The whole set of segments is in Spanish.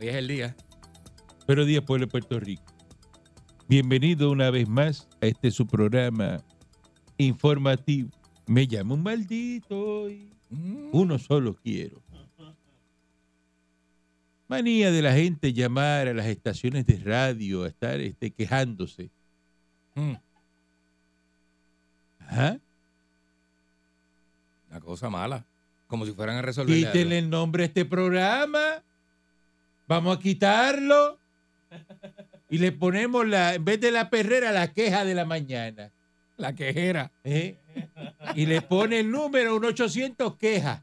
Hoy es el día. Buenos días, pueblo de Puerto Rico. Bienvenido una vez más a este su programa informativo. Me llamo un maldito hoy. Mm. Uno solo quiero. Manía de la gente llamar a las estaciones de radio a estar este, quejándose. Mm. Ajá. Una cosa mala. Como si fueran a resolver. Quítenle el nombre a este programa. Vamos a quitarlo. Y le ponemos la, en vez de la perrera, la queja de la mañana. La quejera. ¿eh? Y le pone el número, un 800 quejas.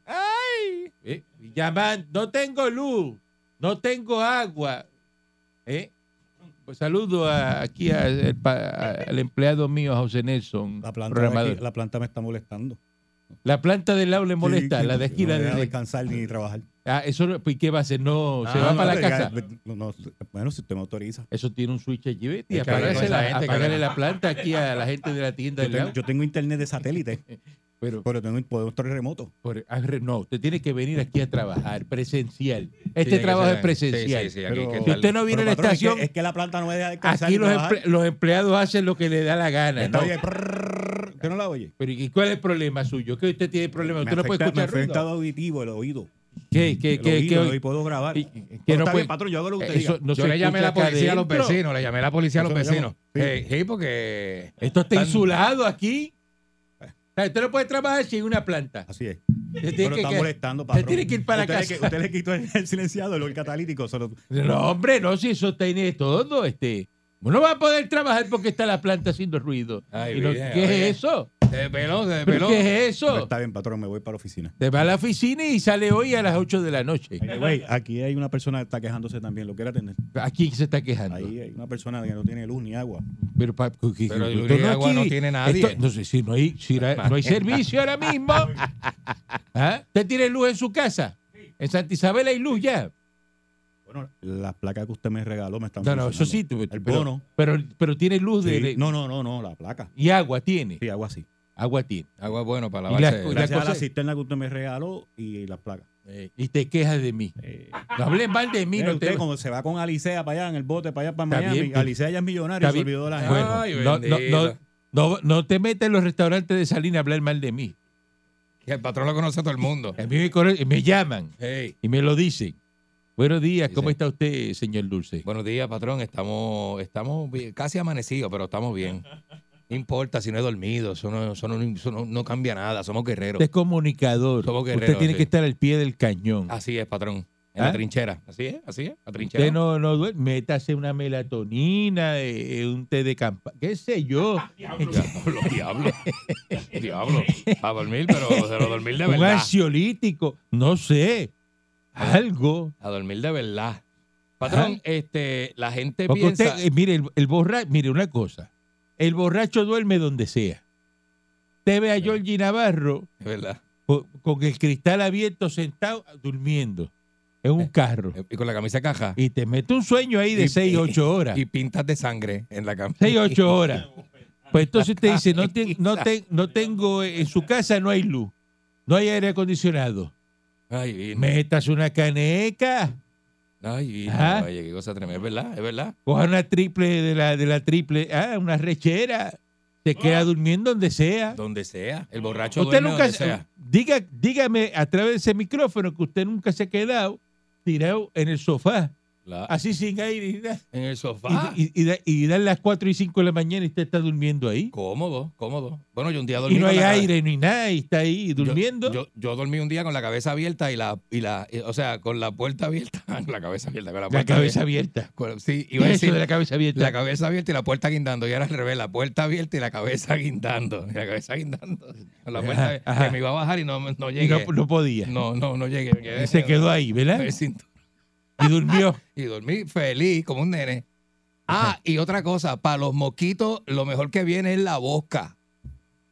Eh, Llaman, no tengo luz, no tengo agua. ¿eh? Pues saludo a- aquí a- al pa- a- al empleado mío, José Nelson, La planta, de programador. aquí- la planta me está molestando. La planta del lado le molesta, Sí, la de aquí, no la me deja de... descansar ni trabajar. Ah, eso, no- pues, ¿qué va a hacer? No, se Ah, va no, para la Oiga, casa. no, no, bueno, si usted me autoriza. Eso tiene un switch allí, Betty. Es que habla Apágase con esa la- gente que apágale habla. la planta aquí a la gente de la Yo tienda del tengo, lado. yo tengo internet de satélite, Pero, pero tengo puedo estar remoto. por- ah, re- no, usted tiene que venir aquí a trabajar, presencial. Este tiene que trabajo ser- es presencial. Sí, sí, sí, aquí hay Pero- que Si estar- usted no viene a Pero, la patrón, Este es que- estación, Es que, la planta no me deja descansar aquí ni los, trabajar. emple- los empleados hacen lo que les da la gana, ¿ah? Está ¿no? bien, prrrr, ¿Usted no la oye? Pero ¿y cuál es el problema suyo? ¿Qué usted tiene problema? Me ¿Usted no puede afecta- escuchar me afecta ruido? auditivo, el oído. ¿Qué, qué, El qué, oído, qué- no, y puedo grabar. y- Pero que no está puede- bien, patrón, yo hago lo que usted Eso diga. no Yo se le llamé a la escucha acá policía a los adentro. vecinos, le llamé a la policía a los Eso lo vecinos. llamo. Sí, Sí. sí, porque Esto está Tan- insulado aquí. O sea, usted no puede trabajar si hay una planta. Así es. Usted tiene Pero que- está que- molestando, usted patrón. tiene que ir para la Usted le casa. que- Usted le quitó el, el silenciado, el catalítico. se lo- No, hombre, no, si eso tiene todo, este. Uno va a poder trabajar porque está la planta haciendo ruido. Ay, Y no- bien, ¿Qué oye. es eso? se despeló, se ¿Pero despeló. qué es Pero eso? está bien, patrón, me voy para la oficina. Te va a la oficina y sale hoy a las 8 de la noche. By the way, aquí hay una persona que está quejándose también, lo quiere atender. Aquí se está quejando. Ahí hay una persona que no tiene luz ni agua. Pero, pa- que- que- Pero que- Luis esto no Agua no aquí- tiene nadie. esto- no sé si no hay, si ra- no hay servicio ahora mismo. ¿Ah? ¿Usted tiene luz en su casa? En Santa Isabel hay luz ya. Bueno, las placas que usted me regaló me están No, no, eso sí. tú- El pero, bono. pero, pero tiene luz de, Sí, No, no, no, no, la placa. y agua tiene. Sí, algo así. Agua tiene. Agua bueno para Y Pues, la- y lavarse. la- Gracias a cosa la es- Ah, cisterna que usted me regaló y las placas. Y te quejas de mí. Eh, No hablen mal de mí. mira, No Eh, usted te... como se va con Alicea para allá en el bote, para allá para Está Miami. bien, pues. Alicea ya es millonaria, está se bien. Ah, olvidó de la gente. Bueno, Ay, no, no, no, bendito. no, no te metas en los restaurantes de Salinas a hablar mal de mí. que el patrón lo conoce a todo el mundo. A mí me, corre- me llaman Hey, y me lo dicen. Buenos días, Sí, ¿cómo sí. está usted, señor Dulce? Buenos días, patrón. Estamos, estamos bien- casi amanecidos, pero estamos bien. No importa si no he dormido, eso no, eso no, eso no- no cambia nada, somos guerreros. Usted es comunicador. Somos Usted guerreros, tiene sí. Ah, que estar al pie del cañón. Así es, patrón. En ¿Ah? la trinchera. Así es, así es, la trinchera. Usted no, no duerme. Métase una melatonina, eh, un té de campana, qué sé yo. Ah, Diablo, diablo. diablo. Para dormir, pero de lo dormir de un verdad. ansiolítico, no sé. Algo. A dormir de verdad. Patrón, este, la gente Porque piensa. usted, eh, mire, el, borracho, mire una cosa. El borracho duerme donde sea. Usted ve a Sí. Georgie Navarro Es verdad. co- con, el cristal abierto, sentado, durmiendo en un carro. Y con la camisa caja. Y te mete un sueño ahí de Eh. Y- 6, 8 horas. Y pintas de sangre en la camisa. 6, 8 horas. Pues entonces te dice, no, te- no, te- no tengo, eh, en su casa no hay luz, no hay aire acondicionado. Ay, vino. Metas una caneca, Ay, vino. Ajá. Oye, qué cosa tremenda. Es verdad, es verdad. coja una triple de la, de la triple, ah, una rechera, se Ah. queda durmiendo donde sea. Donde sea. El borracho Usted duerme nunca, donde sea. diga, dígame a través de ese micrófono que usted nunca se ha quedado tirado en el sofá La- Así sin aire y nada. en el Y- sofá. Ah. Y, y, da- y dan las 4 y 5 de la mañana y usted está durmiendo ahí. cómodo, cómodo. Bueno, yo un día dormí. Y no con hay la cabe- aire, no hay nada, y está ahí Yo- durmiendo. Yo, yo dormí un día con la cabeza abierta y la, y la y- o sea, con la puerta abierta. la cabeza abierta, con la la puerta cabeza abierta. abierta. Con- Sí, Y iba a decir de la cabeza abierta. la cabeza abierta y la puerta guindando. Y ahora al revés, la puerta abierta y la cabeza guindando. Y la cabeza guindando. Con la puerta Ajá, abierta, ajá. que me iba a bajar y no, no y no, llegué. no podía. No, no, no llegué. me quedé- Y se quedó ahí, ¿verdad? me siento- Y durmió. Y dormí feliz como un nene. Ah, y otra cosa, para los mosquitos, lo mejor que viene es la bosca.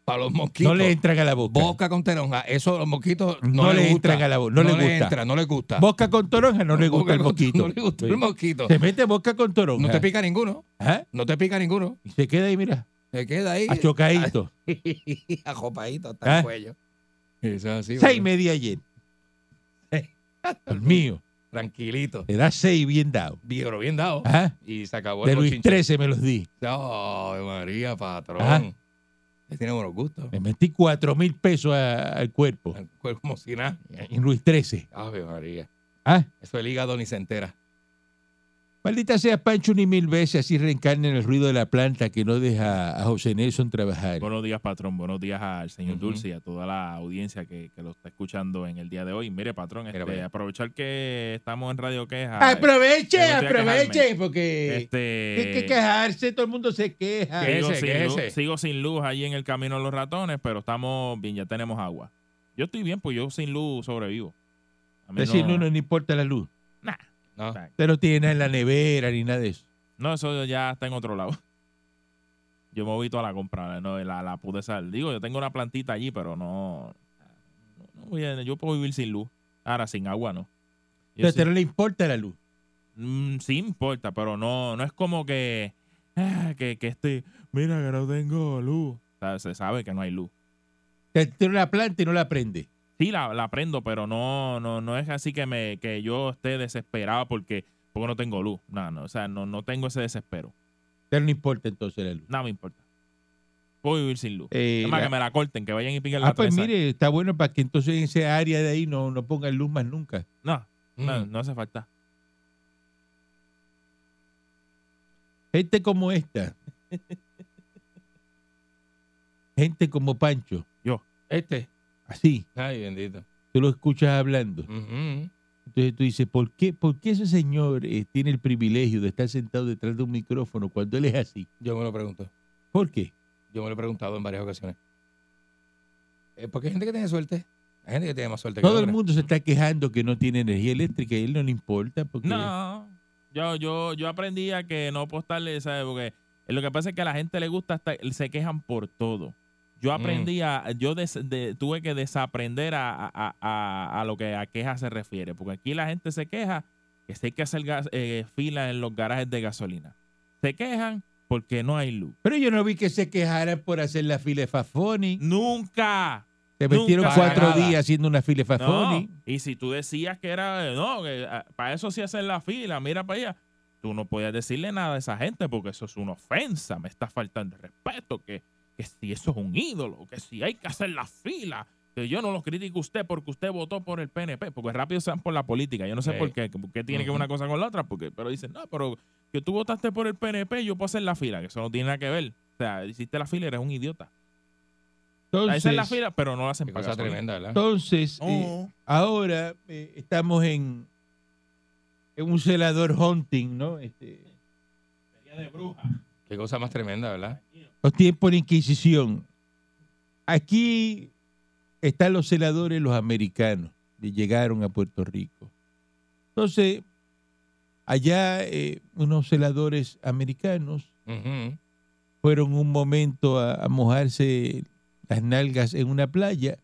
Para los mosquitos. No le entran a la boca. Bosca con toronja. Eso los mosquitos no, No les le gusta. entran a la bo- no les gusta. entra, no les gusta. Bosca con toronja no le gusta Bosca el con- mosquito. ¿Eh? No le gusta el mosquito. Se mete bosca con toronja. No te pica ninguno. Ajá. No te pica ninguno. Y se queda ahí, mira, Te queda ahí. achocadito. Ajopadito hasta ¿Ah? el cuello. ¿Eh? Eso es así. Seis y ¿verdad? media ayer. El mío. Tranquilito. Le da seis bien dado. Bien, pero bien dado. Ajá. Y se acabó De el Luis bochinche. XIII me los di. Ay, María, patrón. Ajá. Usted Tiene buenos gustos. Me metí cuatro mil pesos a- al cuerpo. El cuerpo como si nada. En Luis XIII. Ave María. Ah, Eso el hígado ni se entera. maldita sea Pancho ni mil veces así reencarnen el ruido de la planta que no deja a José Nelson trabajar. Buenos días, patrón. Buenos días al señor Ujú. Dulce y a toda la audiencia que, que lo está escuchando en el día de hoy. Mire, patrón, Mira, este, vaya. aprovechar que estamos en Radio Queja. Ah, Aproveche, Me gustaría aproveche, quejarme. porque Este, hay que quejarse, todo el mundo se queja. ¿Qué? sigo, Quéjese, sin luz, quéjese. sigo sin luz ahí en el camino a los ratones, pero estamos bien, ya tenemos agua. Yo estoy bien, pues yo sin luz sobrevivo. A mí Decir, no, no, no, no importa la luz. Nah. No. Usted no tiene nada en la nevera ni nada de eso. No, eso ya está en otro lado. Yo me voy toda la compra, no, la, la pude sal. Digo, yo tengo una plantita allí, pero no. no- no voy a- yo puedo vivir sin luz. Ahora, sin agua no. Pero Yo a usted sí, no le importa la luz. mm, sí importa, pero no, no es como que, ah, que. que este. Mira, que no tengo luz. O sea, se sabe que no hay luz. Usted tiene una planta y no la prende. Sí, la, la prendo, pero no, no, no es así que me, que yo esté desesperado porque, porque no tengo luz. No, no, o sea, no, no tengo ese desespero. Usted no le importa entonces la luz. No me importa. Puedo vivir sin luz. Eh, Es más, la- que me la corten, que vayan y piquen la ah, pues trenza. mire, está bueno para que entonces en esa área de ahí no, no pongan luz más nunca. No, no, Mm. no hace falta. Gente como esta. Gente como Pancho. Este. Así. Ay, bendito. Tú lo escuchas hablando. Ujú. Entonces tú dices, ¿por qué, por qué ese señor eh, tiene el privilegio de estar sentado detrás de un micrófono cuando él es así? Yo me lo pregunto. ¿Por qué? Yo me lo he preguntado en varias ocasiones. Eh, porque hay gente que tiene suerte. Hay gente que tiene más suerte que Todo el otra. mundo se está quejando que no tiene energía eléctrica y a él no le importa. Porque No, yo, yo, yo aprendí a que no postarle, ¿sabes? Porque lo que pasa es que a la gente le gusta, hasta, se quejan por todo. Mm. Yo aprendí a, yo des- de- tuve que desaprender a, a- a- a lo que a queja se refiere, porque aquí la gente se queja que si hay que hacer gas- eh, fila en los garajes de gasolina. Se quejan porque no hay luz. Pero yo no vi que se quejaran por hacer la fila de Fafoni. Nunca. Se metieron Nunca. cuatro Para nada. días haciendo una fila No, de Fafoni. Y si tú decías que era, eh, no, que para eso sí hacer la fila, mira para allá, tú no podías decirle nada a esa gente porque eso es una ofensa, me está faltando el respeto, que, que si eso es un ídolo, que si hay que hacer la fila, que yo no lo critico a usted porque usted votó por el PNP, porque rápido se van por la política, yo no sé Sí. por qué, que- por qué tiene que ver una cosa con la otra, porque, pero dicen, no, pero que tú votaste por el PNP, yo puedo hacer la fila, que eso no tiene nada que ver. O sea, hiciste la fila, eres un idiota. O sea, Entonces, esa es la fila, pero no la hacen Qué para cosa gasolina. tremenda, ¿verdad? entonces eh, No. ahora eh, estamos en, en un celador hunting, ¿no? Este, Qué cosa más tremenda, ¿verdad? los tiempos de la Inquisición. Aquí están los celadores, los americanos, que llegaron a Puerto Rico. Entonces, allá eh, unos celadores americanos Ujú. fueron un momento a, a mojarse las nalgas en una playa,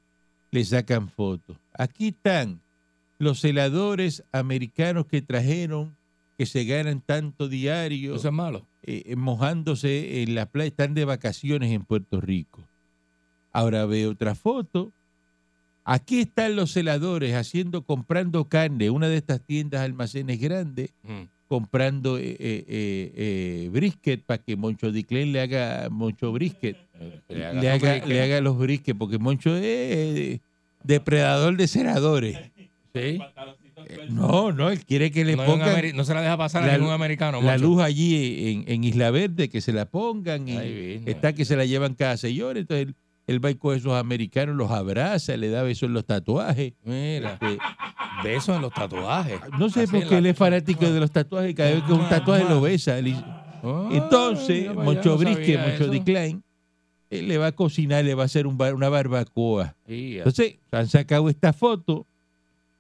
le sacan fotos. Aquí están los celadores americanos que trajeron, que se ganan tanto diario Eso es malo. eh, eh, mojándose en la playa, están de vacaciones en Puerto Rico. Ahora veo otra foto. Aquí están los celadores haciendo, comprando carne, una de estas tiendas almacenes grandes, Mm. comprando eh, eh, eh, eh, brisket para que Moncho Diclén le haga Moncho brisket, Que Eh, le haga le haga, sufrir, le haga los brisket, porque Moncho es eh, depredador de celadores. Sí. No, no, él quiere que le No, es un pongan ameri- no se la deja pasar la a ningún lu- americano. la macho. luz allí en, en Isla Verde, que se la pongan y Ay, bien, está ay. que se la llevan cada seis horas. Entonces él, él va y coge esos americanos, los abraza, le da besos en los tatuajes. Mira, Eh, besos en los tatuajes. No sé Así por en qué la- él es fanático de los tatuajes, cada vez que un tatuaje lo besa. él dice- Ah, Entonces, mira para allá, Moncho no Brisque, sabía Moncho eso. Decline, él le va a cocinar, le va a hacer un bar- una barbacoa. Sí, Entonces, han sacado esta foto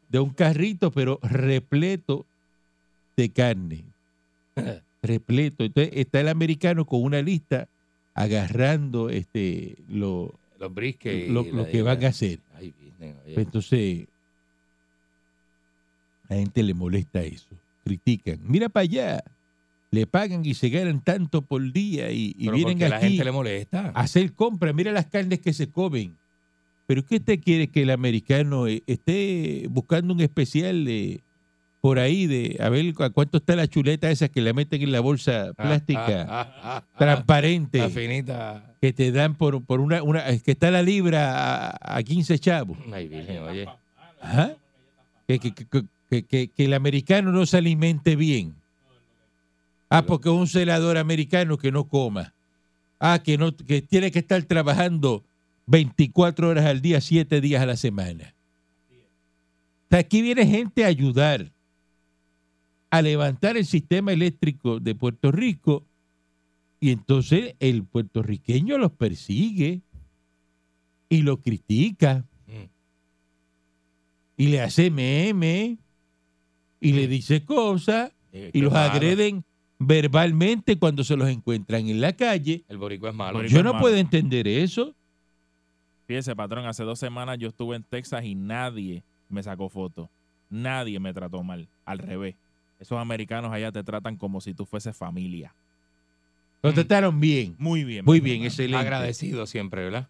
de un carrito, pero repleto de carne. repleto. Entonces, está el americano con una lista agarrando este lo, los brisques. lo- lo que van a hacer. Pues, Ay, bien, oye. Entonces, la gente le molesta eso. Critican. Mira para allá. Le pagan y se ganan tanto por día y, y Pero vienen porque aquí a la gente le molesta. a hacer compras. Mira las carnes que se comen. ¿Pero qué usted quiere que el americano eh, esté buscando un especial de por ahí de a ver cu- a cuánto está la chuleta esa que la meten en la bolsa Ah, plástica ah, ah, ah, transparente La finita. que te dan por, por una, una es que está la libra a, a 15 chavos? Ay, virgen, oye. Ajá. Que, que- que- que- que- que el americano no se alimente bien. Ah, porque un celador americano que no coma. Ah, que, no, que tiene que estar trabajando 24 horas al día, 7 días a la semana. O sea, aquí viene gente a ayudar a levantar el sistema eléctrico de Puerto Rico y entonces el puertorriqueño los persigue y los critica Mm. y le hace meme y le dice cosas Eh, y qué los malo. agreden verbalmente cuando se los encuentran en la calle. El boricua es malo. Boricua. Yo no hermano. puedo entender eso. Fíjese, patrón, hace dos semanas yo estuve en Texas y nadie me sacó foto. Nadie me trató mal. Al revés. Esos americanos allá te tratan como si tú fueses familia. Los Mm. trataron bien, Muy bien. muy mi bien, hermano. excelente. Agradecido siempre, ¿verdad?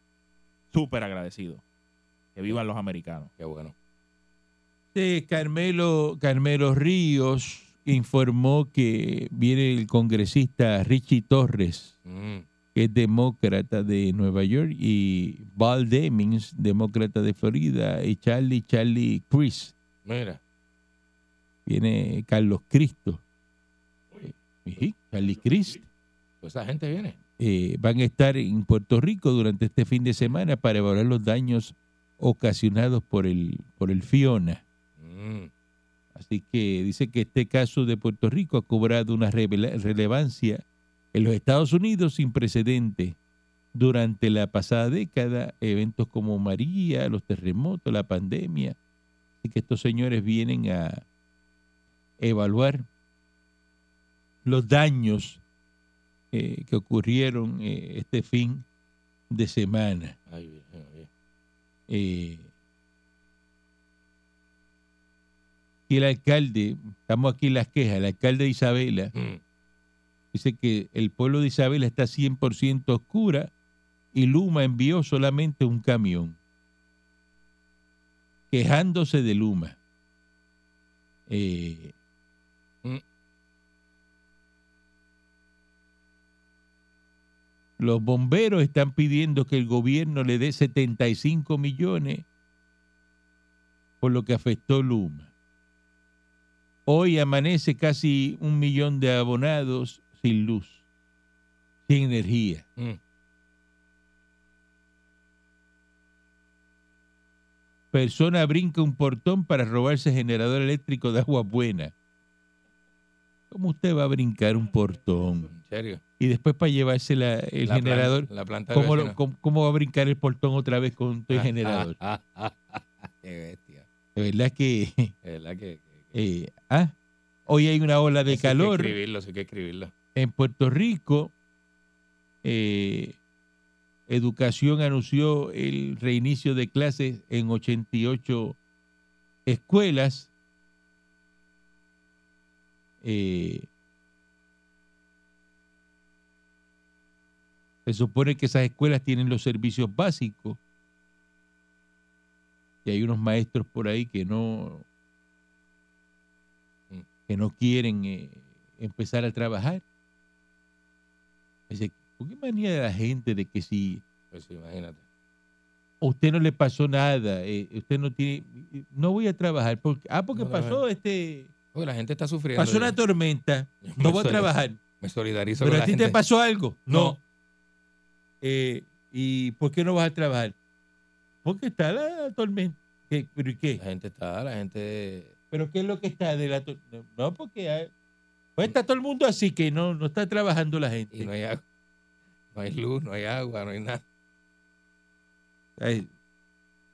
Súper agradecido. Que vivan los americanos. Qué bueno. Eh, Carmelo, Carmelo Ríos informó que viene el congresista Richie Torres, Mm. que es demócrata de Nueva York, y Val Demings, demócrata de Florida, y Charlie, Charlie Chris, Mira. viene Carlos Cristo. Eh, sí, Charlie Crist. Pues esa gente viene. eh, van a estar en Puerto Rico durante este fin de semana para evaluar los daños ocasionados por el, por el Fiona. Mm. Así que dice que este caso de Puerto Rico ha cobrado una revela- relevancia en los Estados Unidos sin precedente. Durante la pasada década, eventos como María, los terremotos, la pandemia. Así que estos señores vienen a evaluar los daños eh, que ocurrieron eh, este fin de semana Ay, virgen, oye. eh, y el alcalde, estamos aquí en las quejas, el alcalde de Isabela Mm. dice que el pueblo de Isabela está 100% oscura y Luma envió solamente un camión, quejándose de Luma. Eh, Mm. Los bomberos están pidiendo que el gobierno le dé 75 millones por lo que afectó Luma. Hoy amanece casi un millón de abonados sin luz, sin energía. Mm. Persona brinca un portón para robarse generador eléctrico de agua buena. ¿Cómo usted va a brincar un portón? En serio. Y después para llevarse la- el La plan- generador, La planta del ¿cómo, lo- vecino. cómo- cómo va a brincar el portón otra vez con todo el Ah, generador? ah, ah, ah, ah. Qué bestia. De verdad que... De verdad que. que- que- eh, ah, hoy hay una ola de eso hay que calor. escribirlo, eso hay que escribirlo. En Puerto Rico, eh, Educación anunció el reinicio de clases en 88 escuelas. Eh, se supone que esas escuelas tienen los servicios básicos. Y hay unos maestros por ahí que no, que no quieren eh, empezar a trabajar. Dice, ¿por qué manía de la gente de que si Pues sí, imagínate. usted no le pasó nada, eh, usted no tiene, eh, no voy a trabajar. Porque, ah, porque No pasó este, Porque la gente está sufriendo. pasó una Yo- tormenta, yo me no voy a solidar- trabajar. Me solidarizo Pero con a la ti gente. te pasó algo. No. No. Eh, ¿Y por qué no vas a trabajar? Porque está la tormenta. ¿Qué- ¿Pero y La qué? gente está, la gente... ¿Pero qué es lo que está de la tormenta? No, porque hay- pues está todo el mundo así que no, no está trabajando la gente. Y no hay agua. No hay luz, no hay agua, no hay nada. Ay,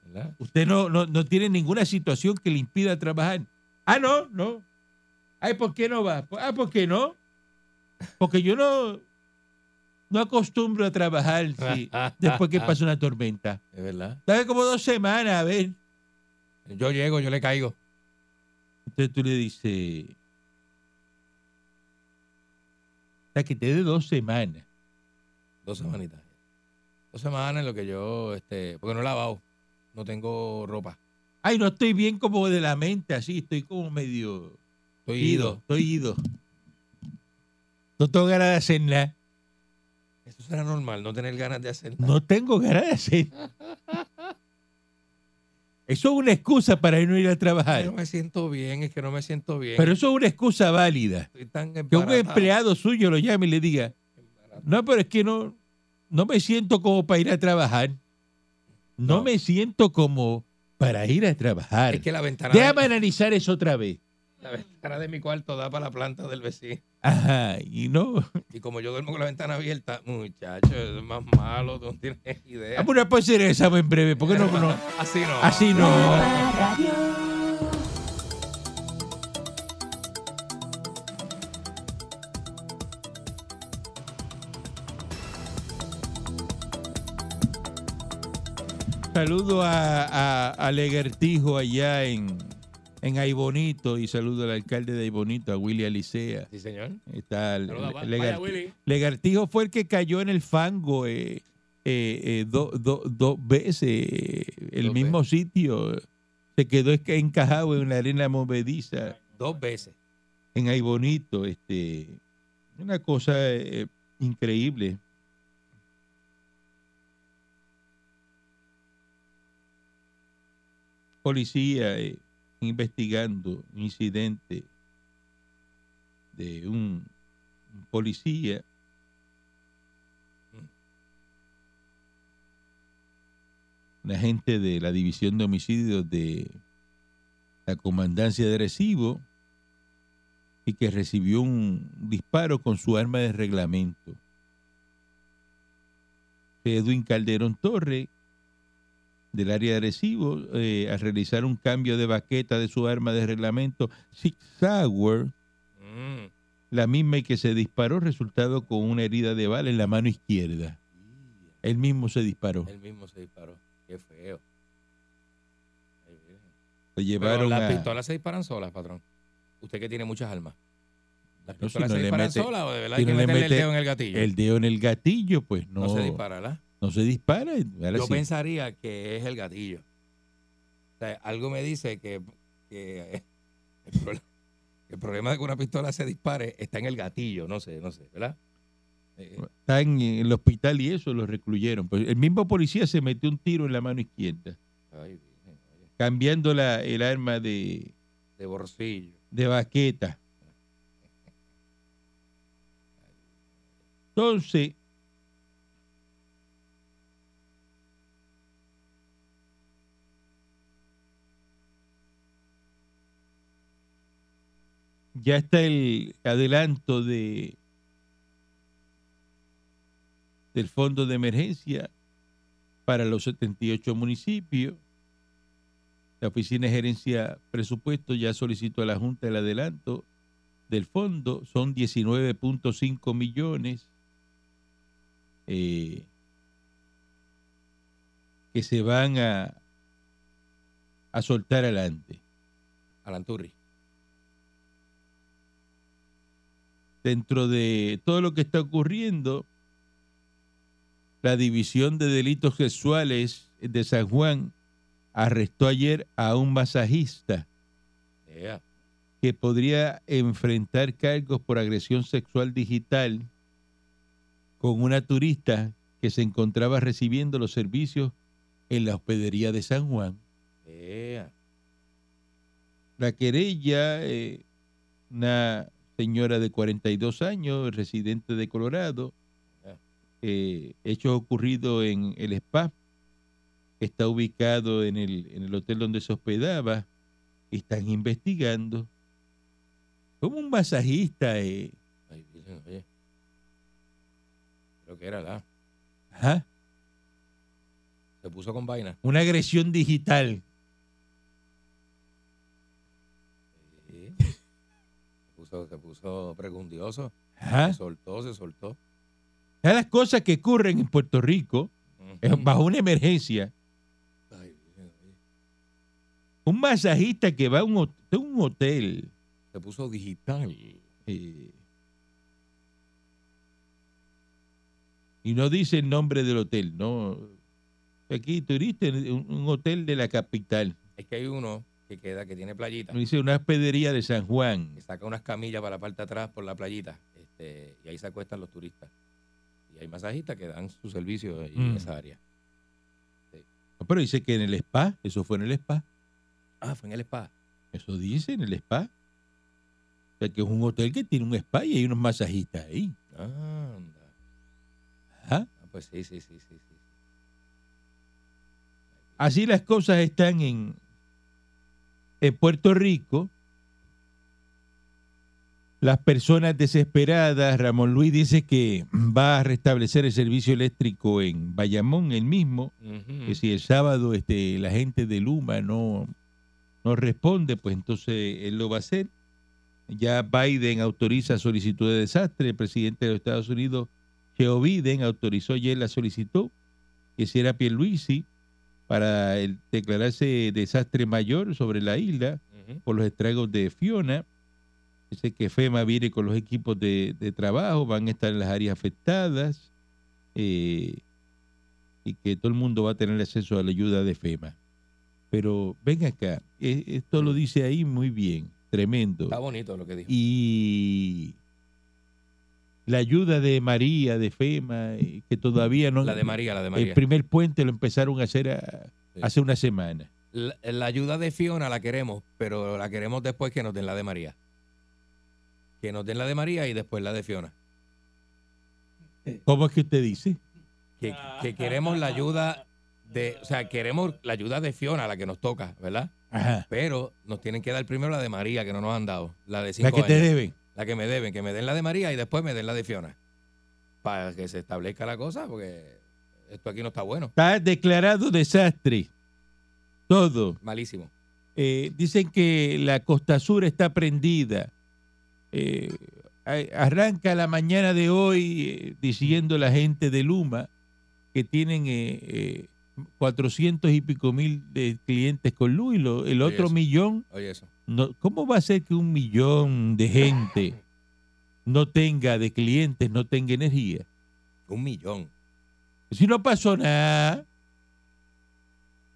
¿verdad? Usted no, no, no tiene ninguna situación que le impida trabajar. Ah, no, no. Ay, ¿por qué no va? Ah, ¿por qué no? Porque yo no, no acostumbro a trabajar sí, después que pasa una tormenta. Es verdad. Dame como dos semanas, a ver. Yo llego, yo le caigo. Entonces tú le dices, hasta que te dé dos semanas. Dos semanitas. Dos semanas en lo que yo, este, porque no he lavado. No tengo ropa. Ay, no estoy bien como de la mente, así, estoy como medio Estoy ido, ido. estoy ido. No tengo ganas de hacer nada. Eso será normal, no tener ganas de hacer nada. No tengo ganas de hacer nada. Eso es una excusa para no ir a No trabajar. me siento bien, es que no me siento bien. Pero eso es una excusa válida. estoy tan Que un embaratado. empleado suyo lo llame y le diga, no, pero es que no, no me siento como para ir a trabajar. No, No. me siento como para ir a trabajar. Es que la ventana, Déjame de, analizar eso otra vez. la ventana de mi cuarto da para la planta del vecino. Ajá, y no. Y como yo duermo con la ventana abierta, muchacho, eso es más malo, tú no tienes idea. Vamos a hacer esa en breve, Ah, porque no, no- Así no. así no. Saludo a, a, a Legertijo allá en, en Aibonito y saludo al alcalde de Aibonito, a Willy Alicea. Sí, señor. Está el- Saluda, va- Legar- vaya, Willy. Legartijo fue el que cayó en el fango eh, eh, eh, do- do- dos veces, eh, el Dos mismo sitio. eh, Se quedó esca- encajado en la arena movediza Dos veces. en Aibonito. Este, una cosa eh, increíble. Policía eh, investigando un incidente de un un policía un agente de la división de homicidios de la comandancia de Recibo y que recibió un disparo con su arma de reglamento. Edwin Calderón Torre, del área de Arecibo, eh, al realizar un cambio de baqueta de su arma de reglamento Six Sauer, Mm. la misma y que se disparó, resultado con una herida de bala en la mano izquierda. Él mismo se disparó. Él mismo se disparó. Qué feo. Ay, Virgen. Lo Pero llevaron las a... pistolas se disparan solas, patrón. Usted que tiene muchas armas. ¿Las Pero si pistolas no se le disparan mete- solas o de verdad si hay que no le meterle el mete dedo en el gatillo? El dedo en el gatillo, pues no, no, se dispara, ¿verdad? no se dispara. Ahora Yo sí. pensaría que es el gatillo. O sea, algo me dice que, que eh, el, problema, el problema de que una pistola se dispare está en el gatillo. No sé, no sé, ¿verdad? Eh, Está en el hospital y eso lo recluyeron. Pues el mismo policía se metió un tiro en la mano izquierda, ay, Virgen, oye, cambiando la- el arma de, de bolsillo. de baqueta. Entonces, ya está el adelanto de del fondo de emergencia para los 78 municipios. La Oficina de Gerencia Presupuesto ya solicitó a la Junta el adelanto del fondo. Son 19.5 millones eh, que se van a, a soltar adelante. Alan Turri. Dentro de todo lo que está ocurriendo, la División de Delitos Sexuales de San Juan arrestó ayer a un masajista Yeah. que podría enfrentar cargos por agresión sexual digital con una turista que se encontraba recibiendo los servicios en la hospedería de San Juan. Eh, La querella, eh, una señora de 42 años, residente de Colorado, Ah. eh, hecho ocurrido en el spa, que está ubicado en el, en el hotel donde se hospedaba, y están investigando como un masajista. eh, ay, Virgen, oye. Creo que era la. ajá, Se puso con vaina. ¿ah? una agresión digital. Sí. Se puso, se puso precundioso. Ajá. Se soltó, se soltó. Todas ¿ah? las cosas que ocurren en Puerto Rico, eh, Ujú. bajo una emergencia, Ay, Virgen, oye. un masajista que va a un, hot- a un hotel Se puso digital. eh, y no dice el nombre del hotel, no. Aquí turista, un, un hotel de la capital, Es que hay uno que queda, que tiene playita, no dice una hospedería de San Juan. que saca unas camillas para la parte de atrás por la playita. Este, y ahí se acuestan los turistas. Y hay masajistas que dan su servicio ahí en Mm. esa área. Pero dice que en el spa, eso fue en el spa, Ah, fue en el spa. eso dice en el spa. O sea, que es un hotel que tiene un spa y hay unos masajistas ahí. Anda. Ajá. Ah, pues sí, sí, sí, sí, sí. Así las cosas están en, en Puerto Rico. Las personas desesperadas, Ramón Luis dice que va a restablecer el servicio eléctrico en Bayamón, el mismo. Ujú. Que si el sábado este, la gente de Luma no, no responde, pues entonces él lo va a hacer. Ya Biden autoriza solicitud de desastre. El presidente de los Estados Unidos, Joe Biden, autorizó ayer la solicitud que hiciera Pierluisi para el- declararse desastre mayor sobre la isla Ujú. por los estragos de Fiona. Dice que FEMA viene con los equipos de, de trabajo, van a estar en las áreas afectadas eh, y que todo el mundo va a tener acceso a la ayuda de FEMA. Pero ven acá, e- esto lo dice ahí muy bien, tremendo. Está bonito lo que dijo. Y la ayuda de María, de FEMA, eh, que todavía no... la de María, la de El María. primer puente lo empezaron a hacer a- Sí. hace una semana. La, la ayuda de Fiona la queremos, pero la queremos después que nos den la de María. Que nos den la de María y después la de Fiona. ¿Cómo es que usted dice? Que, que queremos la ayuda de, o sea, queremos la ayuda de Fiona, la que nos toca, ¿verdad? Ajá. Pero nos tienen que dar primero la de María, que no nos han dado. La de cinco La que te años. deben. La que me deben, que me den la de María y después me den la de Fiona. Para que se establezca la cosa, porque esto aquí no está bueno. Está declarado desastre. Todo. Malísimo. Eh, dicen que la costa sur está prendida. Eh, a- arranca la mañana de hoy eh, diciendo la gente de Luma que tienen eh, eh, 400 y pico mil de clientes con Luma y lo- el Oye, otro eso. millón. Oye, eso. no- ¿Cómo va a ser que un millón de gente no tenga de clientes, no tenga energía? Un millón. Si no pasó nada,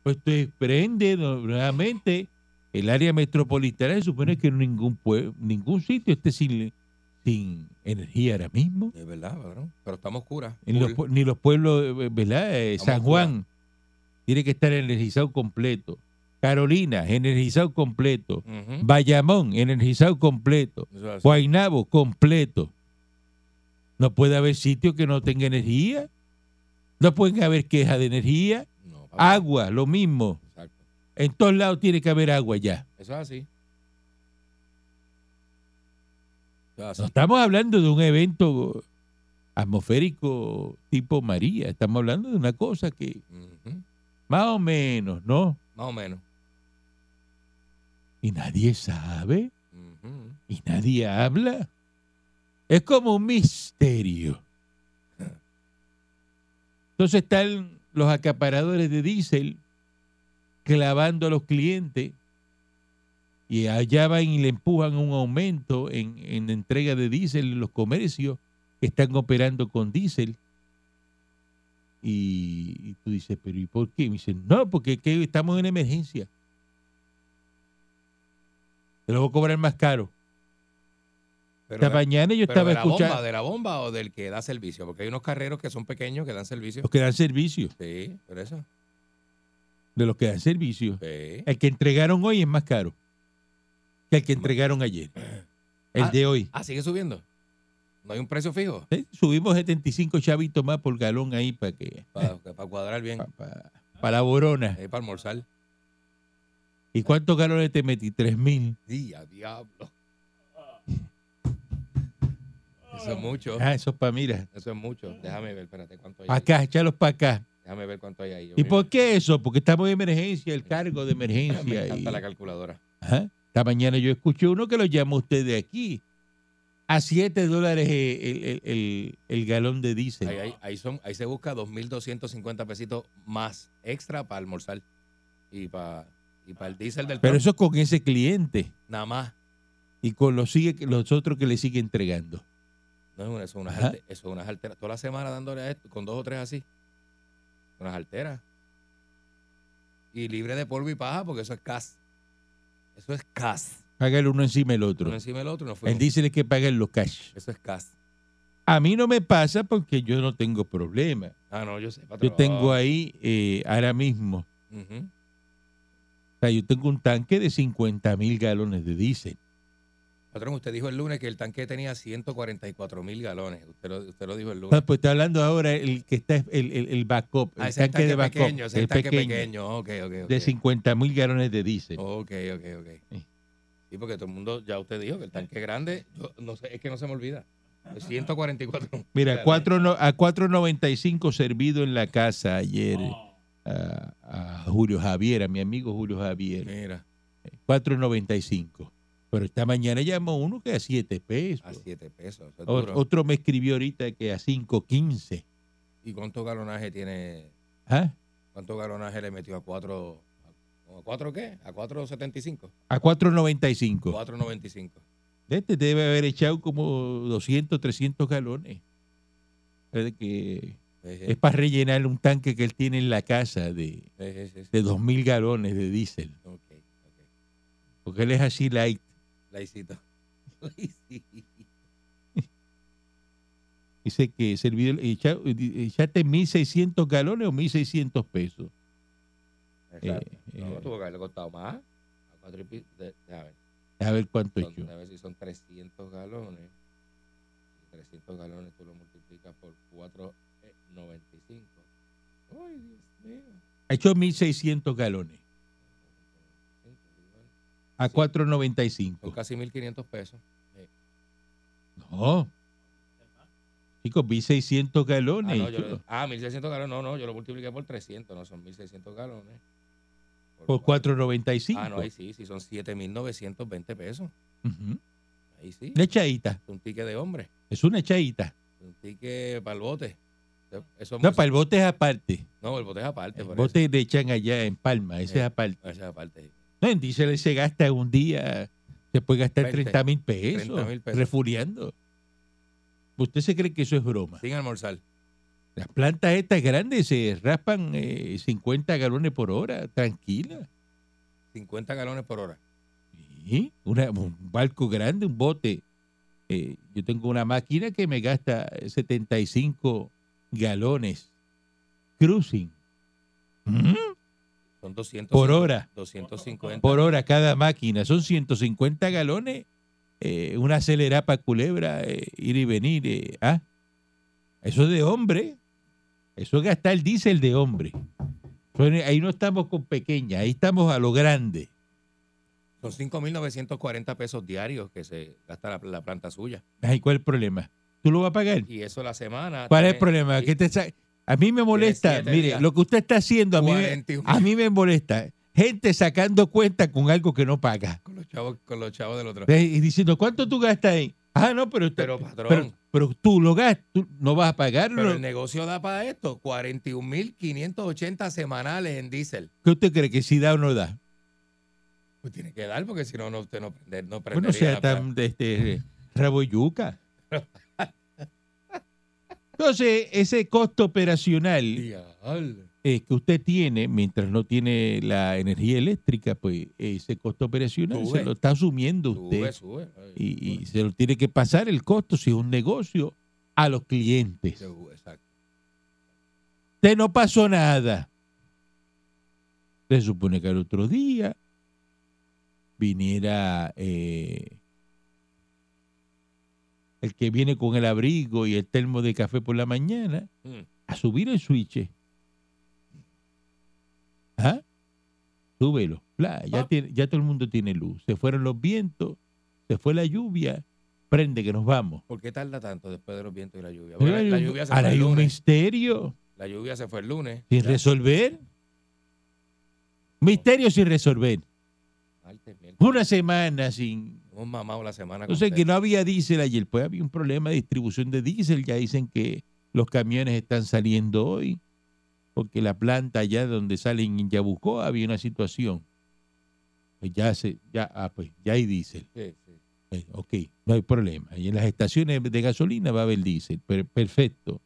pues te prende nuevamente el área metropolitana. Se supone que en ningún pue- ningún sitio esté sin, sin energía ahora mismo. Es verdad, cabrón. Pero estamos oscura. En los Full. pue- ni los pueblos, eh, ¿verdad? Eh, Estamos San Juan tiene que estar energizado completo. Carolina, energizado completo. Ujú. Bayamón, energizado completo. Eso es así. Guainabo, completo. No puede haber sitio que no tenga energía. No pueden haber quejas de energía. No, papá. Agua, lo mismo. Exacto. En todos lados tiene que haber agua ya. Eso es así. Eso es No así. estamos hablando de un evento atmosférico tipo María. Estamos hablando de una cosa que Ujú. más o menos, ¿no? Más o menos. Y nadie sabe Ujú. y nadie habla. Es como un misterio. Entonces están los acaparadores de diésel clavando a los clientes y allá van y le empujan un aumento en, en entrega de diésel en los comercios que están operando con diésel. Y, y tú dices, pero ¿y por qué? Y me dicen, no, porque es que estamos en emergencia. Te lo voy a cobrar más caro. Pero Esta de- mañana yo pero estaba de la bomba, escuchando de la bomba o del que da servicio, porque hay unos carreros que son pequeños que dan servicio. los que dan servicio. Sí, por eso. de los que dan servicio. Sí. El que entregaron hoy es más caro que el que entregaron ayer. El Ah. de hoy. Ah, sigue subiendo. No hay un precio fijo ¿Eh? Subimos 75 chavitos más por galón ahí para que para cuadrar bien, para la borona. eh, para almorzar. ¿Y cuántos galones te metí? 3.000. Día, diablo. Eso es mucho. Ah, eso es para mira. Eso es mucho. Déjame ver, espérate, cuánto hay. ahí. Acá, échalos para acá. Déjame ver cuánto hay ahí. ¿Y por qué eso? Porque estamos en emergencia, el cargo de Me emergencia. y- encanta la calculadora. Ajá. Esta mañana yo escuché uno que lo llama usted de aquí. A 7 dólares eh, el, el- el- el galón de diésel. Ahí, ahí, ahí son, ahí se busca 2.250 pesitos más extra para almorzar y para y para el diésel del Pero Trump, eso es con ese cliente nada más. y con los, sigue, los otros que le sigue entregando. No, es una- eso, es unas Ajá. alte- eso es unas alteras. Toda la semana dándole a esto, con dos o tres así. Unas alteras. Y libre de polvo y paja, porque eso es cas. Eso es cas. Págale uno encima del otro. Uno encima del otro y nos El fuimos. diésel es que pagan los cash. Eso es cas. A mí no me pasa porque yo no tengo problema. Ah, no, yo sé. pa' Yo trabajar. tengo ahí eh, ahora mismo. Ujú. O sea, yo tengo un tanque de 50 mil galones de diésel. Patrón, usted dijo el lunes que el tanque tenía 144 mil galones. Usted lo, usted lo dijo el lunes. Ah, pues está hablando ahora el que está el, el, el backup, el Ah, ese es tanque, de backup, pequeño, ese es el el tanque pequeño, pequeño. Ok, ok, ok. de 50 mil galones de diésel. Ok, ok, ok. Sí. Sí, porque todo el mundo, ya usted dijo que el tanque grande, yo no sé, es que no se me olvida. 144 Mira, Claro. cuatro no- a 4.95 servido en la casa ayer Oh. a, a Julio Javier, a mi amigo Julio Javier. Mira, 4.95. Pero esta mañana llamó uno que a 7 pesos. a 7 pesos. eso es Ot- duro. Otro me escribió ahorita que a 5.15. ¿Y cuánto galonaje tiene? ¿Ah? ¿Cuánto galonaje le metió a 4? ¿A 4 qué? ¿A 4.75? A 4.95. 4.95. De Este debe haber echado como 200, 300 galones. Es, que Sí, es sí, para rellenar un tanque que él tiene en la casa de, sí, sí, sí, sí. de 2.000 galones de diésel. Ok, ok. Porque él es así light. Laicito. Laicito. Dice que eh, servido, echa- echaste 1.600 galones o 1.600 pesos. Exacto. Eh, No, eh. tuvo que haberle costado más. A cuatro y pi- de- déjame ver. A ver cuánto Son- echó. a ver si son 300 galones. 300 galones tú lo multiplicas por eh, 4.95. Ay, Dios mío. Echó 1.600 galones a Sí. Son 4.95. casi 1.500 pesos. No. Chicos, 1.600 Ah, galones. no, yo lo- echó ah, 1.600 galones. No, no, yo lo multipliqué por 300. No, son 1.600 galones. por cuatro. 4.95. Ah, no, ahí sí, sí, son 7.920 pesos. Ujú. Ahí sí. Una echadita. Un ticket de hombre. Es una echadita. Un ticket para el bote. Eso es No, muy- para el bote es aparte. no, el bote es aparte. El por eso. bote le echan allá en Palma. Ese Eh. es aparte. Eso es aparte. No, en diésel se gasta un día, se puede gastar 20, 30 mil pesos, 30.000 pesos. refugiando. ¿Usted se cree que eso es broma? Sin almorzar. Las plantas estas grandes se raspan eh, 50 galones por hora, tranquila. 50 galones por hora. Sí, una- un barco grande, un bote. Eh, yo tengo una máquina que me gasta 75 galones. Cruising. ¿Mm? Son 200. Por hora. 250. por hora cada máquina. Son 150 galones, eh, una acelerapa culebra, eh, ir y venir. eh, ah. Eso es de hombre. Eso es gastar diésel de hombre. Eso no- Ahí no estamos con pequeña, ahí estamos a lo grande. Son 5.940 pesos diarios que se gasta la, la planta suya. Ay, ¿Cuál es el problema? ¿Tú lo vas a pagar? Y eso la semana. ¿Cuál es el tiene- problema? ¿Qué te sa- a mí me molesta, siete mire, días. lo que usted está haciendo a mí, me, 41. a mí me molesta. Gente sacando cuenta con algo que no paga. Con los chavos, con los chavos del otro. Eh, Y diciendo, ¿cuánto tú gastas ahí? Ah, no, pero, usted- Pero, patrón. pero, pero tú lo gastas, tú no vas a pagarlo. Pero el negocio da para esto. 41.580 semanales en diésel. ¿Qué usted cree que si da o no da? Pues tiene que dar porque si no, no, usted no prende. No Bueno, prendería sea la planta. tan de este, raboyuca. Entonces, ese costo operacional Diablo. eh, que usted tiene, mientras no tiene la energía eléctrica, pues ese costo operacional Sube. se lo está asumiendo usted. Sube, sube. Ay, y, y se lo tiene que pasar el costo, si es un negocio, a los clientes. sube, Exacto. Usted no pasó nada. Se supone que al otro día viniera eh, el que viene con el abrigo y el termo de café por la mañana Mm. a subir el switch. ¿Ah? Súbelo. Bla, ya, Ah. tiene- ya todo el mundo tiene luz. Se fueron los vientos, se fue la lluvia. Prende que nos vamos. ¿Por qué tarda tanto después de los vientos y la lluvia? Pero Bueno, hay la un- lluvia se ahora fue hay el un lunes. misterio La lluvia se fue el lunes. sin Ya, resolver. Misterio sin resolver. martes, miércoles. Una semana sin. Hemos mamado la semana. Entonces, que completa. no había diésel ayer. Pues había un problema de distribución de diésel. Ya dicen que los camiones están saliendo hoy. Porque la planta allá donde salen en Yabucoa había una situación. Pues ya se, ya, ah, pues ya hay diésel. Sí, sí. Eh, ok, no hay problema. Y en las estaciones de gasolina va a haber diésel. per- perfecto.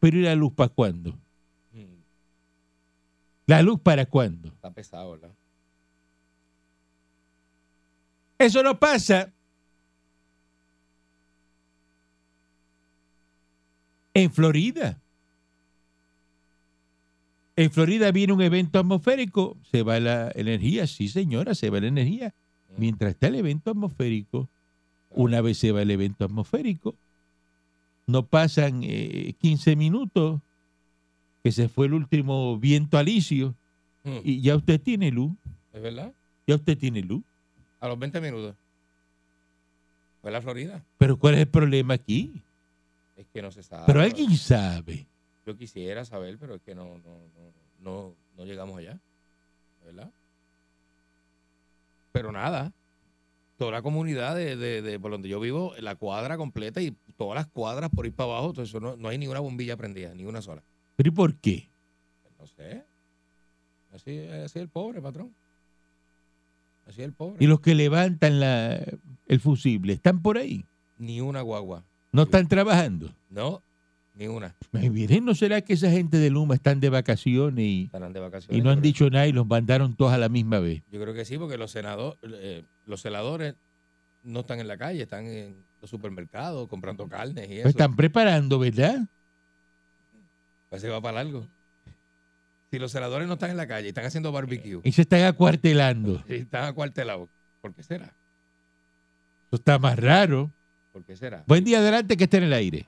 Pero ¿y la luz para cuándo? Mm, ¿La luz para cuándo? Está pesado, ¿verdad? Eso no pasa en Florida. En Florida viene un evento atmosférico, se va la energía, sí señora, se va la energía. Mm. Mientras está el evento atmosférico, una vez se va el evento atmosférico, no pasan eh, 15 minutos que se fue el último viento alisio Mm, y ya usted tiene luz, ¿Es verdad? ya usted tiene luz. A los 20 minutos. Fue la Florida. Pero ¿cuál es el problema aquí? Es que no se sabe. Pero alguien sabe. Yo quisiera saber, pero es que no, no, no, no, no llegamos allá. ¿Verdad? Pero nada. Toda la comunidad de, de- de- por donde yo vivo, la cuadra completa y todas las cuadras por ir para abajo, todo eso no, no hay ni una bombilla prendida, ni una sola. ¿Pero y por qué? No sé. Así, así es el pobre, patrón. Así es el pobre. Y los que levantan la, el fusible, ¿están por ahí? Ni una guagua. ¿No están trabajando? No, ni una. Me diré, ¿no será que esa gente de Luma están de vacaciones y, Estarán de vacaciones. y no han pero- dicho nada y los mandaron todos a la misma vez? Yo creo que sí, porque los senadores, los celadores no están en la calle, están en los supermercados comprando carnes y Pues eso. están preparando, ¿verdad? Parece que va para largo. Si los celadores no están en la calle, están haciendo barbecue, Y se están acuartelando. y están acuartelados, ¿por qué será? Eso está más raro. ¿Por qué será? Buen día adelante que esté en el aire.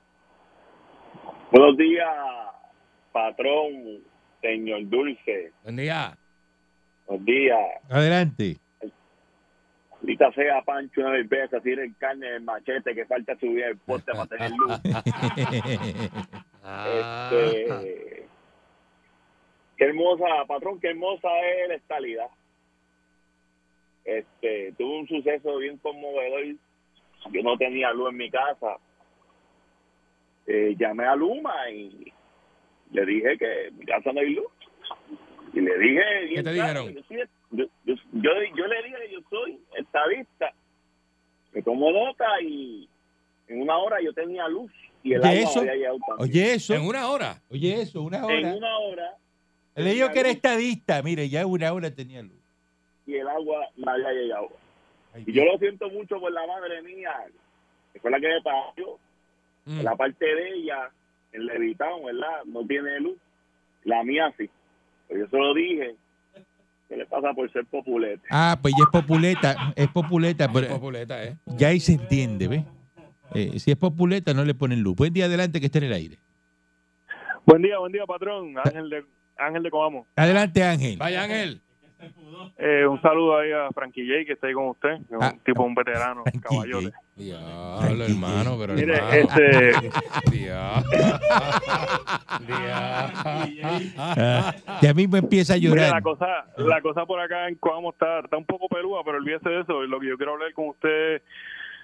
Buenos días, patrón, señor Dulce. Buen día. Buenos días. Adelante. Ahorita sea Pancho una vez besa, tira el carne del machete que falta subir el poste para tener luz. Este, qué hermosa, patrón, qué hermosa es la estalidad. Este, tuve un suceso bien conmovedor. Yo no tenía luz en mi casa. Eh, llamé a Luma y le dije que en mi casa no hay luz. Y le dije... bien te claro, dijeron? Yo, soy- yo, yo, yo- yo le dije que yo soy estadista. Me tomo nota y en una hora yo tenía luz y el De agua eso- había llegado también. Oye eso, En una hora. oye eso, una en hora. una hora Le digo que era estadista, mire, ya una hora tenía luz. y el agua no había llegado. Ay, Y yo lo siento mucho por la madre mía, que fue la que me parió. Mm. La parte de ella, el levitado, ¿verdad? No tiene luz. La mía sí. Pero yo se lo dije. ¿Qué le pasa por ser populete? Ah, pues ya es populeta, es populeta, Qué pero populeta, ¿eh? ya ahí se entiende, ¿ves? Eh, si es populeta, no le ponen luz. Buen día adelante que esté en el aire. Buen día, buen día, patrón. Eh. Ángel de, Ángel de Coamo. Adelante, Ángel. Vaya Ángel. Eh, un saludo ahí a Frankie J, que está ahí con usted. que es Ah, un tipo, un veterano, Frankie Ah. caballote. Diablo, hermano, pero Mire, hermano. este, Diablo. Diablo. Ah, ya mismo empieza a mire, llorar. la cosa, la cosa por acá en Coamo está, está un poco pelúa, pero olvídese de eso. Lo que yo quiero hablar con usted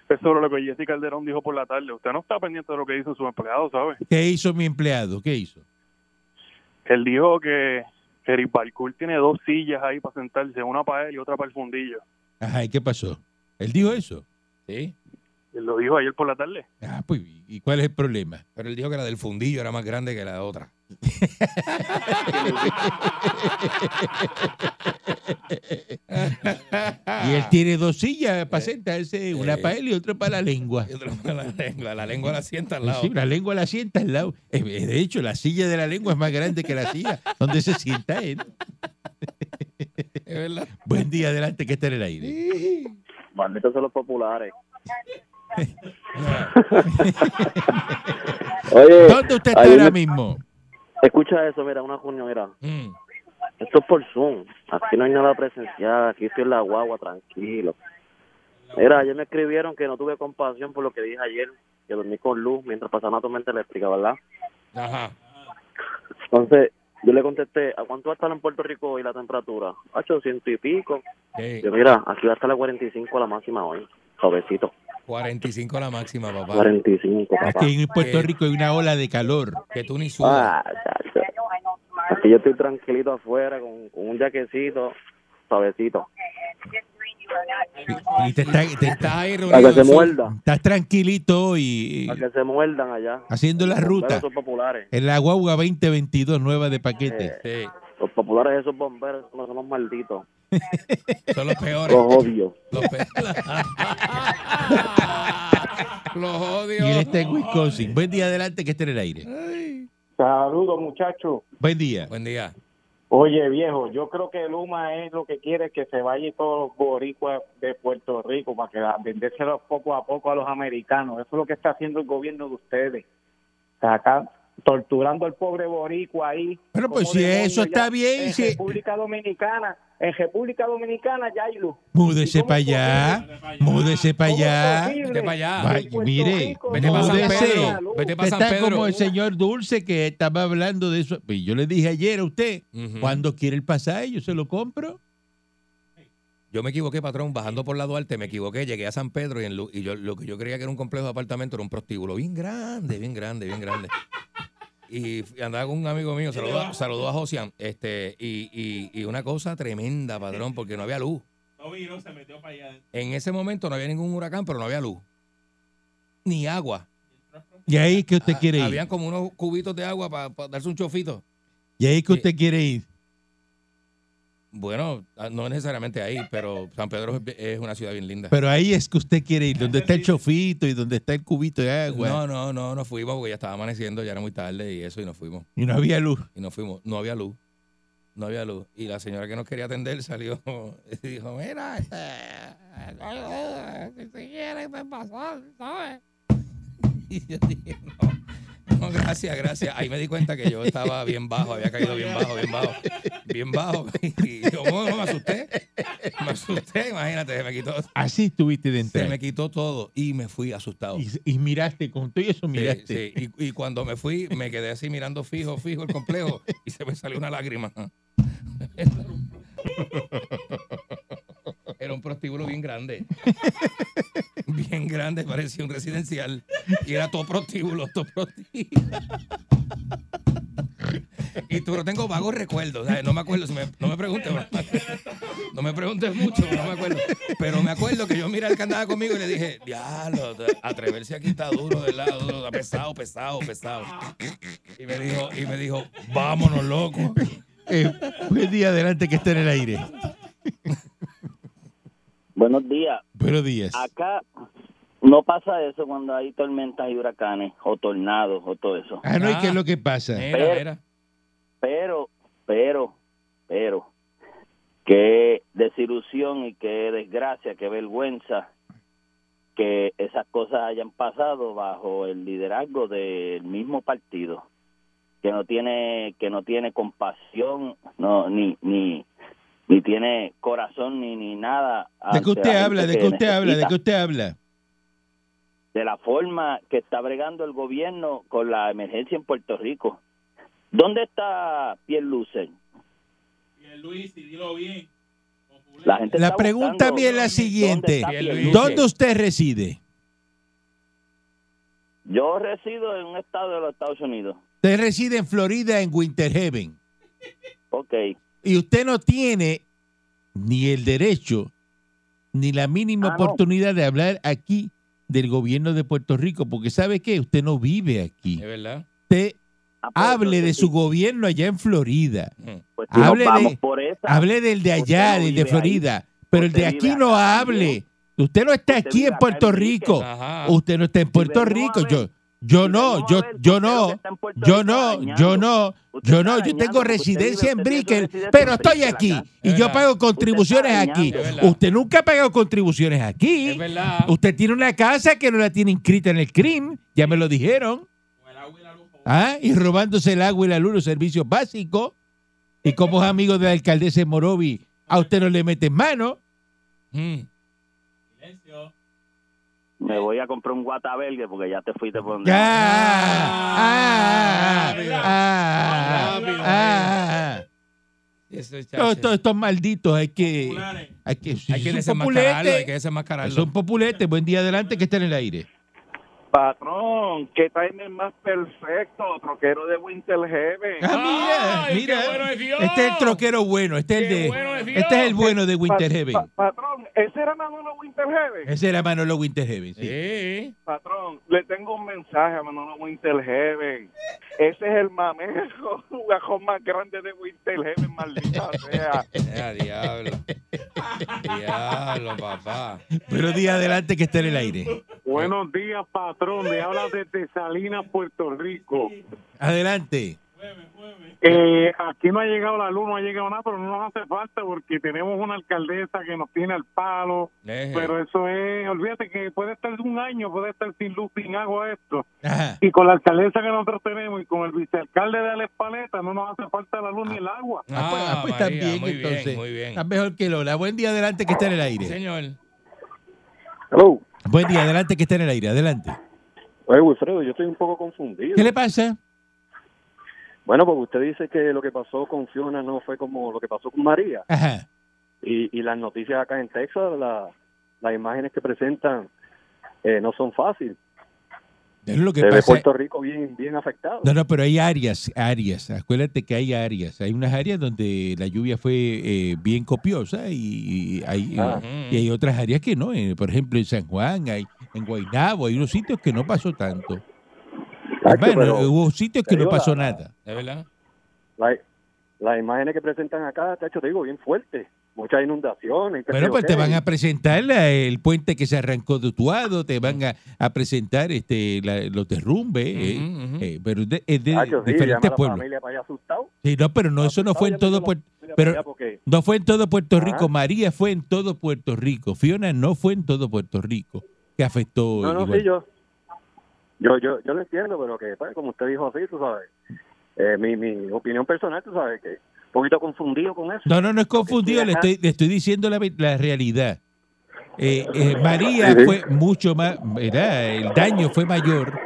es sobre lo que Jessica Calderón dijo por la tarde. Usted no está pendiente de lo que dicen sus empleados, ¿sabe? ¿Qué hizo mi empleado? ¿Qué hizo? Él dijo que Eric Balcour tiene dos sillas ahí para sentarse, una para él y otra para el fundillo. Ajá, ¿y qué pasó? Él dijo eso. Sí, Él lo dijo ayer por la tarde. Ah, pues, ¿y cuál es el problema? pero él dijo que la del fundillo era más grande que la otra. Y él tiene dos sillas para Ah. Eh, sentarse, una eh. para él y otra para la lengua. Y otra para la lengua. La lengua la sienta al lado. Sí, la lengua la sienta al lado. Eh, eh, De hecho, la silla de la lengua es más grande que la silla donde se sienta él. Es verdad. Buen día, adelante, que esté en el aire. Malditos son los populares. ¿Dónde usted está ahí ahora me- mismo? escucha eso, mira, una coño, mira. Mm. Esto es por Zoom. Aquí no hay nada presencial. Aquí estoy en la guagua, tranquilo. Mira, ayer me escribieron que no tuve compasión por lo que dije ayer, que dormí con luz mientras pasaba una tormenta eléctrica, ¿verdad? Ajá. Entonces, yo le contesté, ¿a cuánto va a estar en Puerto Rico hoy la temperatura? A 800 y pico. Ey, Yo, mira, aquí va a estar la 45 la máxima hoy. Suavecito, 45 la máxima, papá. 45, papá. Aquí en Puerto Eh. Rico hay una ola de calor. Que tú ni subas. Ah, chacho. Aquí yo estoy tranquilito afuera con, con un jaquecito, suavecito. Y te está- te Estás está- ahí Para reunido. que se en Zoom. muerda, estás tranquilito y para que se muerdan allá. haciendo la ruta. Bomberos son populares. En la guagua 2022 nueva de Eh, paquete. Sí, Los populares esos bomberos no son los malditos. son los peores. Los odios. Los, pe- Los Y él odio. está en Wisconsin. Buen día, adelante, que esté en el aire. Ay. Saludos, muchachos. Buen día. Buen día. Oye, viejo, yo creo que Luma es lo que quiere que se vayan todos los boricuas de Puerto Rico para que la- vendérselos poco a poco a los americanos. Eso es lo que está haciendo el gobierno de ustedes. Está acá torturando al pobre boricua ahí. Bueno, pues Como si demonio eso está ya. bien, En si- República Dominicana, en República Dominicana ya hay luz. ¿Y Múdese cómo para es allá. Múdese para ¿Cómo es allá. posible Vete para allá. que en Vaya, Puerto mire, Rico Vete para San haya Modésese. Pedro. luz? Vete para Usted San está Pedro. como el señor Dulce que estaba hablando de eso. Pues yo le dije ayer a usted, Ujú. cuando quiere el pasaje, yo se lo compro. Yo me equivoqué, patrón, bajando por la Duarte, me equivoqué, llegué a San Pedro y, en lu- y yo, lo que yo creía que era un complejo de apartamento era un prostíbulo bien grande, bien grande, bien grande. Y fui- andaba con un amigo mío, saludó, a- saludó a Josian, este, y, y- y una cosa tremenda, patrón, porque no había luz. se metió para allá. En ese momento no había ningún huracán, pero no había luz. Ni agua. Y ahí es que usted Ha- quiere ir. Ah, Habían como unos cubitos de agua para darse un chofito. Y ahí es que usted quiere ir. Bueno, ah, no necesariamente ahí, pero San Pedro es- es una ciudad bien linda. Pero ahí es que usted quiere ir, donde está el chofito y donde está el cubito de agua. No, no, no, nos fuimos porque ya estaba amaneciendo, ya era muy tarde y eso, y nos fuimos. Y no había luz. y nos fuimos. No había luz. No había luz. Y la señora que nos quería atender salió y dijo, mira, este, si te quieres te pasar, ¿sabes? Y yo dije, no, no, gracias, gracias. Ahí me di cuenta que yo estaba bien bajo, había caído bien bajo, bien bajo, bien bajo. Y yo bueno, me asusté, me asusté, imagínate, se me quitó, Así estuviste de se entrar. me quitó todo y me fui asustado. Y, y miraste, con todo eso Sí, miraste. sí. Y, y cuando me fui, me quedé así mirando fijo, fijo el complejo y se me salió una lágrima. Era un prostíbulo bien grande. Bien grande, parecía un residencial. Y era todo prostíbulo, todo prostíbulo. Y tú, pero tengo vagos recuerdos. ¿sabes? No me acuerdo, si me- no me preguntes. bro. No me preguntes mucho, no me acuerdo. Pero me acuerdo que yo miré al que andaba conmigo y le dije, diablo, atreverse aquí está duro, de lado, duro, está pesado, pesado, pesado. Y me dijo, y me dijo, vámonos, loco. Eh, buen día, adelante, que está en el aire. Buenos días. Buenos días. Ah, Acá no pasa eso cuando hay tormentas y huracanes o tornados o todo eso. Ah, no, ¿y qué es lo que pasa? Mira, mira. Pero, pero, pero, qué desilusión y qué desgracia, qué vergüenza que esas cosas hayan pasado bajo el liderazgo del mismo partido que no tiene que no tiene compasión no ni ni ni tiene corazón ni ni nada ¿De ah, qué hacia usted la habla? gente ¿De qué que usted habla? ¿De necesita. qué usted habla? de la forma que está bregando el gobierno con la emergencia en Puerto Rico. ¿Dónde está Pierluce? Luis, y dilo bien. La, gente La está pregunta buscando mía es la dónde siguiente. está Pierluisi. ¿Dónde usted reside? Yo resido en un estado de los Estados Unidos. Usted reside en Florida, en Winter Haven. Ok, Y usted no tiene ni el derecho ni la mínima Ah, no. oportunidad de hablar aquí del gobierno de Puerto Rico, porque ¿sabe qué? Usted no vive aquí. Es verdad. Usted Ah, pues, hable de entonces, su sí, gobierno allá en Florida. pues, si nos hable de- vamos por esa, Hable del de Ah, Usted allá, no del de vive ahí. Florida. Pero el de Usted aquí vive no acá, hable. Usted no está Usted aquí vive en acá Puerto en Quique. Rico. Ajá. Usted no está en Puerto venimos a Rico. ver- Yo, Yo Y no, vamos a yo, ver, yo usted lo que no, está en Puerto yo Rico no, dañando. yo no, Usted yo está no, yo dañando tengo porque usted residencia vive- en usted tiene Brickell, residencia pero en estoy Brickell aquí acá. y Es yo verdad. pago contribuciones dañando. aquí. Es verdad. Usted nunca ha pagado contribuciones Es aquí. verdad. Usted tiene una casa que no la tiene inscrita en el CRIM, ya me lo dijeron. Ah, y robándose el agua y la luz, los servicios básicos. Y como es amigo de la alcaldesa de Morovi, a usted no le meten mano. Mm. Me voy a comprar un guatabergue porque ya te fuiste por donde. Ya. Ah, ah, Rápido. ah, Rápido. ah, ah. Eso, Todos chacho. estos- estos malditos hay que. Hay que, Hay que son desenmascararlo, hay que populetes. desenmascararlo. Son populetes. Buen día adelante que está en el aire. Patrón, qué timing más perfecto, troquero de Winter Heaven. Ah, mira, ¡Ay, mira. qué bueno es Dios! este es el troquero bueno. Este es el ¡Qué de. bueno es Dios! este es el bueno de Pa- Winter Heaven. Eh. pa- patrón, ese era Manolo Winter Heaven. Ese era Manolo Winter Heaven. sí. Sí. Patrón, le tengo un mensaje a Manolo Winter Heaven. Ese es el mamero, jugajón más grande de Winter Heaven, maldita sea. Ya, diablo. diablo, papá. Pero día adelante que está en el aire. Buenos días, patrón. Me habla desde Salinas, Puerto Rico. Adelante. Eh, aquí no ha llegado la luz, no ha llegado nada, pero no nos hace falta porque tenemos una alcaldesa que nos tiene al palo. Eh, Pero eso es, olvídate que puede estar un año, puede estar sin luz, sin agua esto. Ajá. Y con la alcaldesa que nosotros tenemos y con el vicealcalde de Alex Paleta, no nos hace falta la luz ni el agua. Ah, pues, ah, pues está María, bien, muy bien, entonces. muy bien. Está mejor que Lola. Buen día adelante que está en el aire. Señor. Hello. Buen día adelante que está en el aire. Adelante. Oye, Wilfredo, yo estoy un poco confundido. ¿Qué le pasa? Bueno, porque usted dice que lo que pasó con Fiona no fue como lo que pasó con María. Ajá. Y, y las noticias acá en Texas, la- las imágenes que presentan eh, no son fáciles. Es lo que Se ve pues, pasa. Puerto Rico bien, bien afectado. No, no, pero hay áreas, áreas. Acuérdate que hay áreas. Hay unas áreas donde la lluvia fue eh, bien copiosa y, y hay, eh, Ah. Mm, y hay otras áreas que no. Eh, Por ejemplo, en San Juan, hay, en Guaynabo, hay unos sitios que no pasó tanto. Exacto, Bueno, pero hubo sitios que Ah, te no digo, pasó la- nada. ¿De verdad? la- las imágenes que presentan acá, te te digo, bien fuerte. Muchas inundaciones. qué sé Bueno, yo pues te qué. van a presentar la- el puente que se arrancó de Utuado, te van a, a presentar este la- los derrumbes, eh, Ujú, ujú. eh, pero de, es de Tacho, Ah, sí, llama a diferentes la pueblos. familia para allá asustado. Sí, no, pero no, eso no fue en Asustado, todo llama a Puerto la familia para pero- allá porque- No fue en todo Puerto Ajá. Rico, María fue en todo Puerto Rico, Fiona no fue en todo Puerto Rico, que afectó. No, no, igual. sí, yo, yo, yo, yo lo entiendo, pero que, pues, como usted dijo así, tú sabes, eh, mi, mi opinión personal, tú sabes, que un poquito confundido con eso. no, no, no es confundido, le estoy, le estoy diciendo la, ve- la realidad. Eh, eh, María Sí, sí. fue mucho más, ¿verdad? El daño fue mayor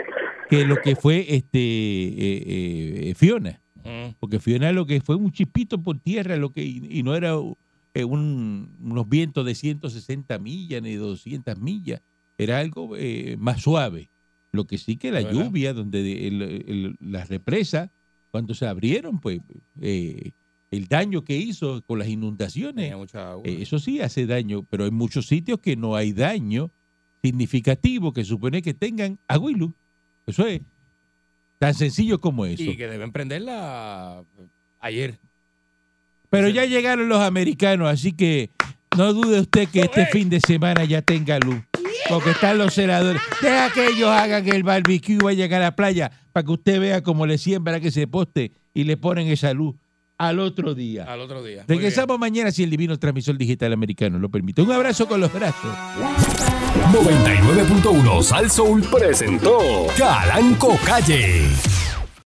que lo que fue este eh, eh, Fiona, Mm. porque Fiona lo que fue un chispito por tierra, lo que y, y no era eh, un- unos vientos de 160 millas ni 200 millas, era algo eh, más suave. Lo que sí que la ¿Verdad? lluvia, donde de- el- el- las represas, cuando se abrieron, pues eh, el daño que hizo con las inundaciones, Tenía mucha agua. eh, eso sí hace daño, pero hay muchos sitios que no hay daño significativo que supone que tengan agua y luz. Eso es tan sencillo como eso. y que deben prenderla ayer. Pero ya llegaron los americanos, así que no dude usted que este fin de semana ya tenga luz. Porque están los celadores. Deja que ellos hagan el barbecue y vayan a la playa para que usted vea cómo le siembra que se poste y le ponen esa luz al otro día. Al otro día. Ah, Muy Regresamos mañana si el divino transmisor digital americano lo permite. Un abrazo con los brazos. 99.1 Sal Soul presentó Calanco Calle.